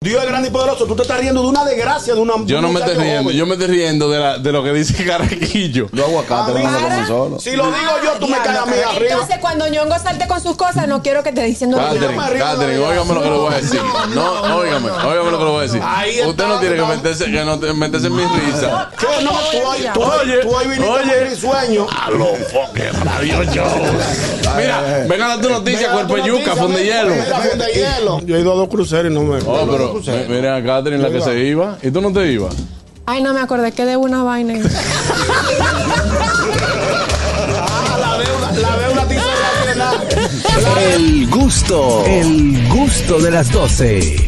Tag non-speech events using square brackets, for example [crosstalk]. grande y poderoso. Tú te estás riendo de una desgracia, de una. Yo no me estoy muchacho riendo, joven. yo me estoy riendo de, la- de lo que dice [laughs] Carraquillo. Yo aguacate, Para. vengo a comer solo. Si lo digo yo, tú me Ah, caes a mí diablo, arriba. Entonces, cuando ñongo salte con sus cosas, no quiero que te diciendo Catherine, me río de Catherine, la óigame lo que le voy a decir. no, No, óigame, óigame lo que le voy a decir. Ahí está, Usted no tiene que no. meterse, que no te- meterse en mi risa. ¿Qué? No, tú ahí, tú ahí, Oye, tú ahí viniste oye. Ah, a morir sueño. Mira, venga a tu noticia, Mira, cuerpo tú de no yuca, dices, funde mira, hielo. mira, funde hielo. Yo he ido a dos cruceros y no me. Oh, pero mi- mira a Catherine la que se iba. ¿Y tú no te ibas? Ay, no me acordé que debo una vaina. Ah, la deuda, la deuda te hizo la pena. El gusto, el gusto de las 12.